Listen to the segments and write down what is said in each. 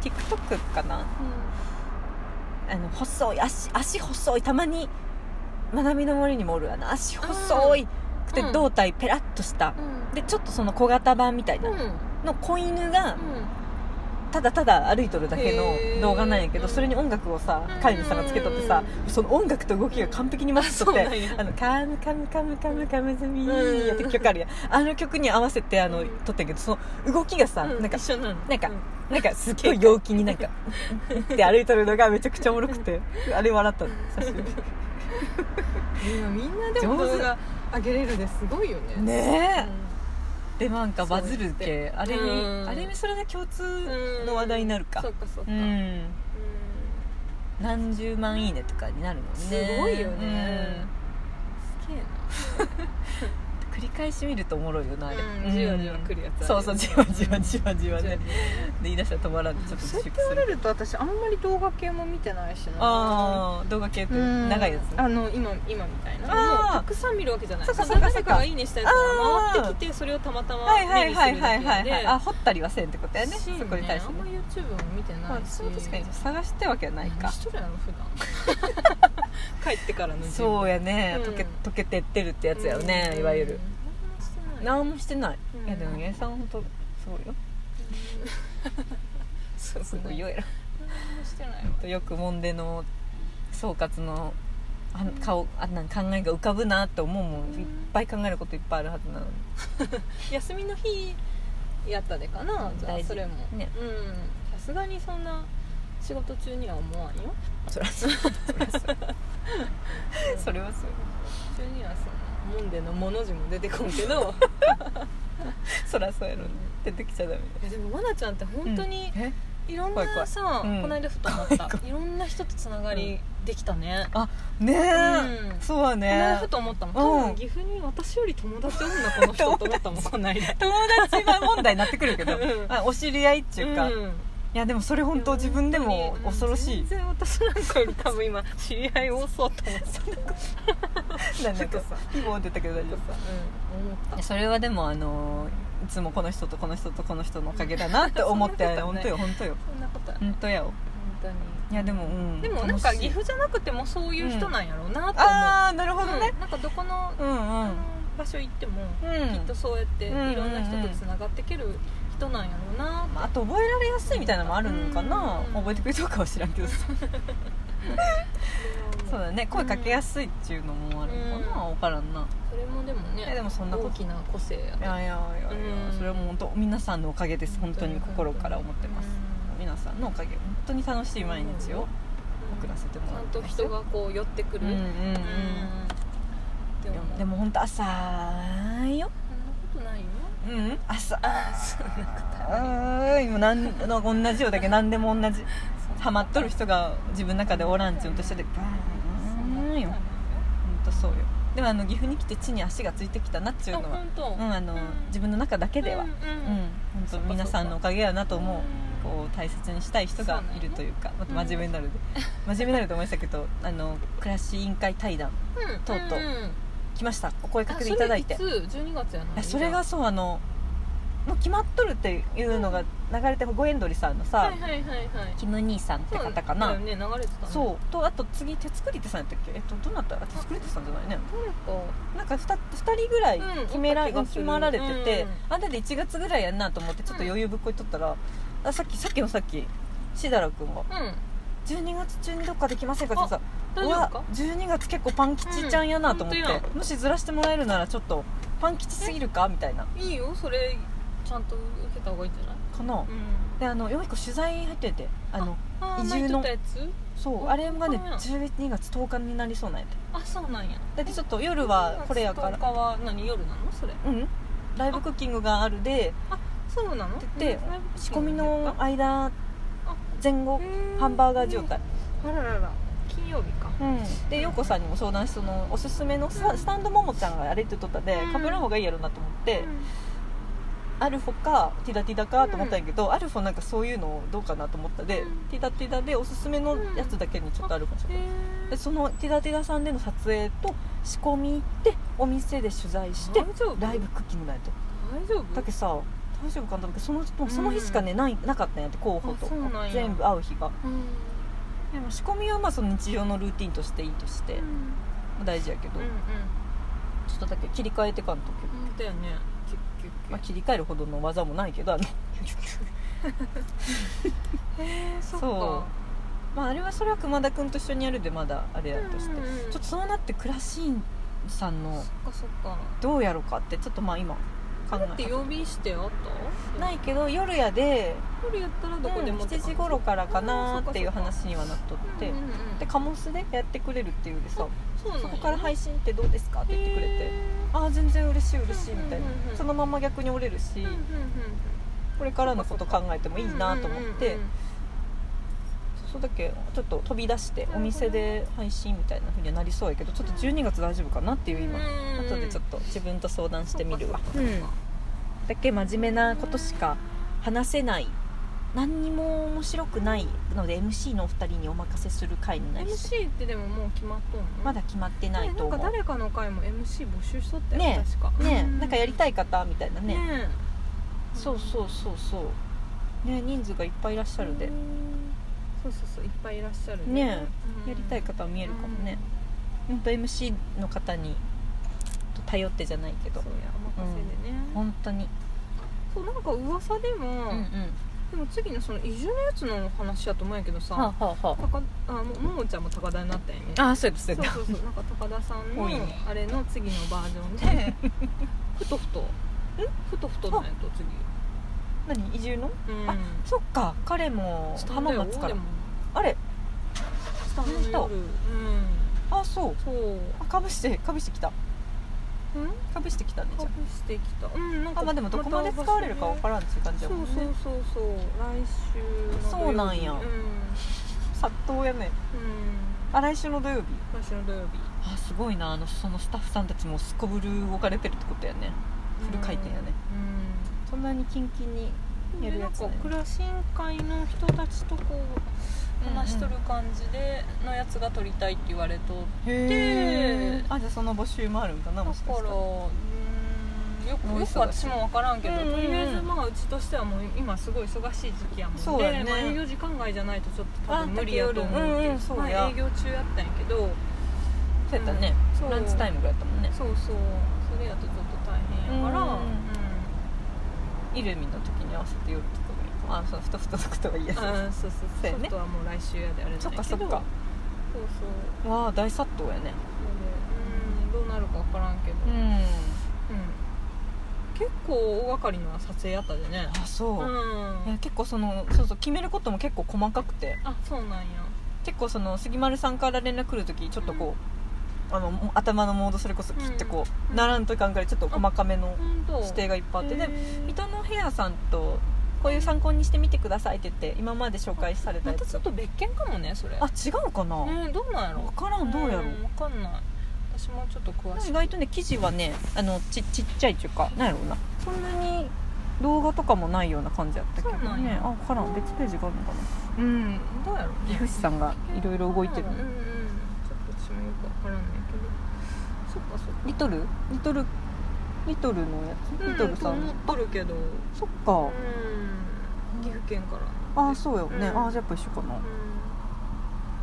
TikTok かなうあの細い足足細いたまに学びの森にもおるあの足細いくてうん胴体ペラッとした、んうんでちょっとその小型版みたいなうんの子犬がただただ歩いとるだけへのー動画なんやけうどんそれに音楽をさうん飼い主さんがつけとってさその音楽と動きが完璧にマッチしとっあそうなんてや「あのカムカムカムカムカムズミうんー」って曲あるやんあの曲に合わせてあのうん撮ってんけどその動きがさうんなんか一緒なのなんかうなんかすっごい陽気になんかって歩いとるのがめちゃくちゃおもろくてあれ笑ったの久しぶ今みんなでも上手動画上げれるですごいよねりうねんえでもなんかバズるそう系あれにうんあれにそれで共通の話題になるかそうかそううか、うんん何十万いいねとかになるもんねすごいよねうんすげえな繰り返し見るとおもろいよなあれ、うんじわじわ来るやつあるそうそうじわじわじわじわじわじわねで言い出したら止まらんでちょっとそう自やっ粛て言すわれるると私あんまり動画系も見てないしなああ動画系ってうん長いやつあの今今みたいなあーもうたくさん見るわけじゃないそっかそっだか誰かがいいねしたやつあーが回ってきてそれをたまたまはいは目いにすはるいはいはい、はい、あだ掘ったりはせんってことけやでねしねそこに対してあんまね YouTube も見てまなあ、いし私も確かに探してわけはないか何しとるやろ普 段帰ってからのそうややね、うん溶け溶けてってるってやつやよね、いわゆる何もしてない、うんいやでも八重さん本当すごいよ そうすごいよえら何もしてないわほんとよくもんでの総括のあ顔あなんか考えが浮かぶなって思うもんうんいっぱい考えることいっぱいあるはずなのに休みの日やったでかなじゃあ大事それもねうんさすがにそんな仕事中には思わんよそりゃそうそりゃそうそれはそう中にはそんなもんでのもの字も出てこんけ どそりゃそうやろ出てきちゃダメいやでも愛菜ちゃんって本当にだよえいろん怖い怖ないさ、うんこの間ふと思った怖いろんな人とつながりできたね、ねえ、うんそうはこの間ねふと思ったもんうん多分岐阜に私より友達おんなこの人と思ったもんこの間 友達は問題になってくるけど、うんあお知り合いっていうか、いんやでもそれ本当自分でもうん恐ろ しい全然私なんかより多分今知り合い多そうと思ってたなんちだっょっとけさ希望出たけど大丈夫うん思ったそれはでもあのいつもこの人とこの人とこの人のおかげだなって思って、うん本当よ本当よそんなことや本当やよ本当にいやでもうんでもなんか楽し岐い阜じゃなくてもそういう人なんやろうなと思う、ああなるほどねうんなんかどこのうんうんうん場所行っても、うんきっとそうやっていうんうんうんろんな人とつながってける人なんやろうな、まああと覚えられやすいみたいなのもあるのかな、うん覚えてくれたかは知らんけどさそうだね声かけやすいっていうのもあるのかな、うん分からんなそれもでもねえでもそんなこと大きな個性やいやいやいやいや、うんそれはもう本当皆さんのおかげです本当に心から思ってます、うん皆さんのおかげ本当に楽しい毎日を送らせてもちらゃっんてとますよ人がこう寄ってくる、うんうんうんうんってい思やうでも本当朝いよそんなことないようん朝そんなことないあ今なんなんか同じよだけ何でも同じハマっとる人が自分の中でおらんちゅうんとしててバそんなーンことないよよ本当そうよでもあの岐阜に来て地に足がついてきたなっちゅうあのは本当、うんあのうん自分の中だけではうんうんうん本当そっかそっか皆さんのおかげやなと思ううんこう大切にしたい人がいるというかまうたなんや真面目になるで真面目になると思いましたけどあの暮らし委員会対談うんとうとうん来ましたお声かけていただいてあそれいつ12月やあなそれがそうあのもう決まっとるっていうのが流れてゴエンドリさんのさ、はいはいはいはいキム兄さんって方かそなうだよね流れてたねそう,、とあと次手作り手さんやったっけえっとどなた手作り手さんじゃないね誰かなんか 2, 二人ぐらいうん決めら、おった気がす決るまられてて、うんあんたで1月ぐらいやんなと思ってちょっと余裕ぶっこいとったら、あさっきさっきのさっきしだらくんがうん「12月中にどっかできませんか?」ってさ大う丈夫わか12月結構パン吉ちゃんやなと思って、うん本当やもしずらしてもらえるならちょっとパン吉すぎるかみたいないいよそれちゃんと受けた方がいいんじゃないかな、であのよいこ取材入っててあのあー移住の前言ってたやつそうあれがね本当や12月10日になりそうなんやてあそうなんやだってちょっと夜はこれやか10ら日は何夜なのそれうんライブクッキングがあるでそうなのでうんライブ仕込みの間前後うんハンバーガー状態、あららら金曜日かうん、で陽子さんにも相談しそのおすすめのスタうんスタンドももちゃんがあれって言っとったでうんかぶらん方がいいやろなと思って、うんアルフォかティダティダかと思ったんやけど、アルフォなんかそういうのどうかなと思ったで、うんティダティダでおすすめのやつだけにちょっとアルフォしようかなへーでそのティダティダさんでの撮影と仕込み行ってお店で取材して大丈夫ライブクッキングなんやと大丈夫だけどさ話が浮かんだんだけどそのもうその日しかね、ないなかったんやって候補とあそうなんや全部会う日がうんでも仕込みはまあその日常のルーティンとしていいとして、うんまあ大事やけど、うんちょっとだけ切り替えてかんとけど、うんだよねキュッキュッキュッまあ、切り替えるほどの技もないけどあ のへえそっかまああれはそれは熊田君と一緒にやるでまだあれやとして、うんうんうんちょっとそうなってクラシーンさんのそっかそっかどうやろうかってちょっとまあ今考だっえて曜日してあったないけど夜やで夜やったらどこでもって7感じ時頃からかなーっていうあーそっかそっか話にはなっとって、うんうんうんでカモスでやってくれるっていうでさそうなんそやこから配信ってどうですかって言ってくれてへああ全然嬉しい嬉しいみたいなうんうんうんそのまま逆に折れるしーうんうんこれからのこと考えてもいいうんうんなと思ってうんうんうんそうだけちょっと飛び出してお店で配信みたいな風にはなりそうやけどちょっと12月大丈夫かなっていう今うん後でちょっと自分と相談してみるわそっかそっかそっかだけ真面目なことしか話せない何にも面白くないので MC のお二人にお任せする回になりそう MC ってでももう決まっとんのまだ決まってないねとなん思かう誰かの回も MC 募集しとったよ、ね確かねうなんかやりたい方みたいなねねそうそうそうそうね人数がいっぱいいらっしゃるでそうそうそういっぱいいらっしゃるねやりたい方は見えるかもね本当 MC の方に頼ってじゃないけとどそうやお任せでね、本当にそうなんか噂でうも、んうんでも次のその移住のやつの話やと思うんやけどさ、はあはあは高あもももちゃんも高田になったんやねああそうですそねうそうそうなんか高田さんの多いねあれの次のバージョンでふとふとふとふとなんやと次何移住のうんあそっか彼もスタンド浜よ松かでらもあれスタンドの夜うんあそうそうあかぶしてかぶしてきたうんかぶしてきたねカじゃブしてきたうんなんああまあでもどこまで使われるかわからんっていう感じやそうもんねそうそうそう来週の土曜日そうなんやうん、うん、殺到やねあ来週の土曜日来週の土曜日あすごいなあのそのスタッフさんたちもすこぶる動かれてるってことやねフル回転やねそんなにキンキンにうんやるやつねでなんかクラシン会の人たちとこううんうん話しとる感じでのやつが撮りたいって言われとへでえあじゃあその募集もあるんかなだもしかかしたららうんよくもう忙よしいく私も分からんけど、うんうんうんとりあえずまあうちとしてはもう今すごい忙しい時期やもんでそうやねまあ、営業時間外じゃないとちょっと多分無理やと思うけあど、うんうんそうやまあ営業中やったんやけどそうやったねうんそうランチタイムぐらいやったもんねそうそうそれやとちょっと大変やから、うんうんイルミの時に合わせて夜とかもいいかもあそうふとふととくとはいいやつあーそうそそううそうやね外はもう来週やであれなんやけそどっかそっかそうそうわあ大殺到やねそれでうんどうなるか分からんけど、うんん結構大掛かりな撮影やったでねあそう、ういんや結構そのそうそう決めることも結構細かくてあそうなんや結構その杉丸さんから連絡来る時ちょっとこう、あのも頭のモードそれこそ切ってこう、うんならんといかんからいちょっと細かめの本当指定がいっぱいあって、でへー人の部屋さんとこういう参考にしてみてくださいって言って今まで紹介されたまやたつちょっと別件かもねそれあ違うかな、ねどうなんや分ろからんどうやろう、ん分かんない私もちょっと詳し意い外とね記事はねあのちちっちゃいっていうかなんやろうなそんなに動画とかもないような感じやったけどそうなんねやあ分からん別ページがあるのかなうんどうやろう岐ね阜市さんがいろいろ動いてるうんうんうんちょっと私もよくわからんねんけどそっかそっかリトルリトルリトルのやつ、リトルさうんとん思っとるけどそっうかん岐阜県からああそうよね、うんああじゃあやっぱ一緒かなう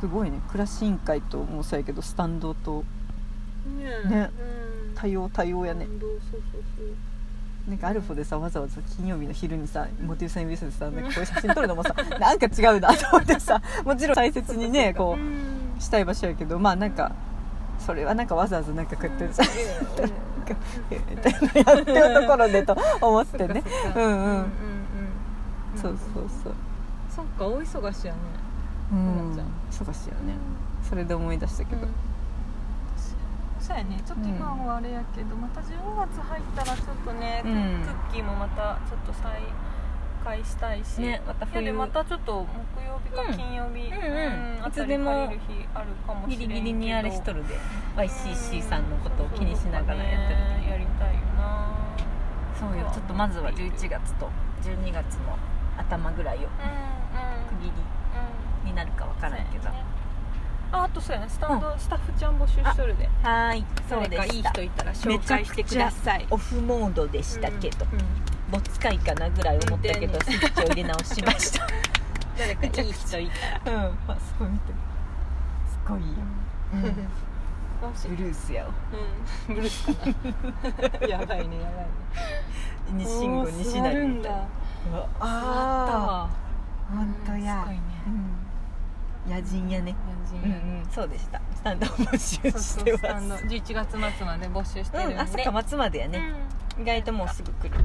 すごいね暮らし委員会ともうそうやけどスタンドとんねえねうん多様多様やね運動そうそうそうなんかアルフォでさわざわざ金曜日の昼にさモテウさん指さでさなんかこういう写真撮るの もさなんか違うなと思ってさもちろん大切にね こううんしたい場所やけどまあなんかそれはなんかわざわざなんかこうやってさ、うんうなんんかえーみたいなやってるところでと思ってねそっかうそっかんうんうんそうそうそうそっか大忙しやねうんそうなん忙しいよねそれで思い出したけど、そうやねちょっと今はあれやけど、また12月入ったらちょっとね、うんクッキーもまたちょっと再開したいし、ねまた冬いやでまたちょっと木曜日かうん金曜日、うんうんあたいつりでも借りる日あるかもしれんけどるで YCC さんのことを気にしながらやってるねやりたいよなそうよちょっとまずは11月と12月の頭ぐらいをうん区切りになるかわからんけどそうやねああとそうやねスタンド、スタッフちゃん募集しとるではーいそう誰でかいいした人いたら紹介してくださいオフモードでしたけど、うんうんどっちかいいかなぐらい思ったけ運どスイッチを入れ直しま した、誰かいい人いたうん、あすごい見てるすごいいいよ、うん、ブルースやわうんブルースかな やばいねやばいね西信号西おー座る成んみたいなだうわあーほんとやすごいねうん野人やね感うじんうんそうでしたスタンドを募集そうそしうてスタまンドす11月末まで募集してるんうで、ん、あそっか松までやうね、ん意外ともうすぐ来る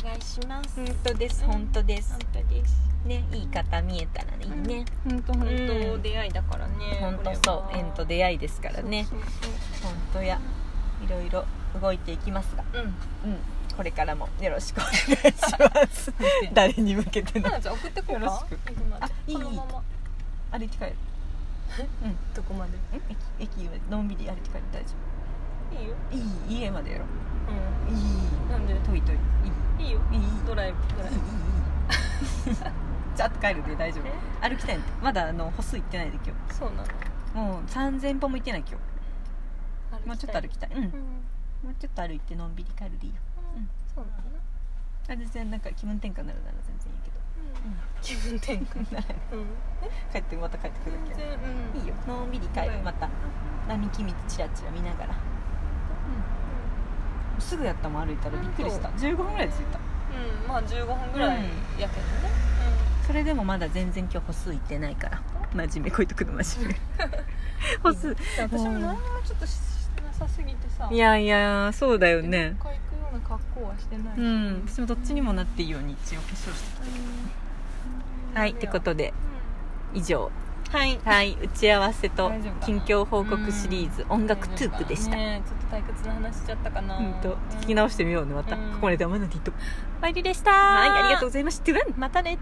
お願いします本当ですうん本当です本、当ですねいい方見えたらいいね、本当本う当ん出会いだからね本当そう縁と出会いですからねそうそう本当やいろいろ動いていきますが、そううんうん、これからもよろしくお願いします誰に向けてかのなちゃん送ってこうかよろしく行くまであいいこのまま歩いて帰るどこまで駅駅までのんびり歩いて帰る大丈いいよ夫いい家までやろうういいんなんで遠い遠いいいいよいいいいいいいいいいドライブドライブちゃっと帰るで大丈え夫歩きたいんでまだあの歩数行ってないで今そうなの日もう3000歩も行ってない今日もうちょっと歩ききたいうんたいうんもうちょっと歩いてのんびり帰るでいいようんそうなのあ全然なんか気分転換になるなら全然いいけどうん気分転換うん 帰ってまた帰ってくるだ全け然うんいいよのんびり帰るうんまた並木道チラチラ見ながらすぐやったもん歩いたらびっくりした15分ぐらいで着いたうんまあ15分ぐらいやけどねそれでもまだ全然今日歩数いってないから真面目こういうとこの真面 目う歩ん数私も何もちょっとししてなさすぎてさいやいやそうだよねねこう行くような格好はしてないしうん私もどっちにもなっていいように一応化粧してうんはいってことでう以上んはいはい打ち合わせと大丈夫かな近況報告シリーズ音楽トゥープでしたねえちょっと退屈な話しちゃったかなうんと聞き直してみようねまたうんここまでではマナティとバイリでしたはいありがとうごうざいましたまたね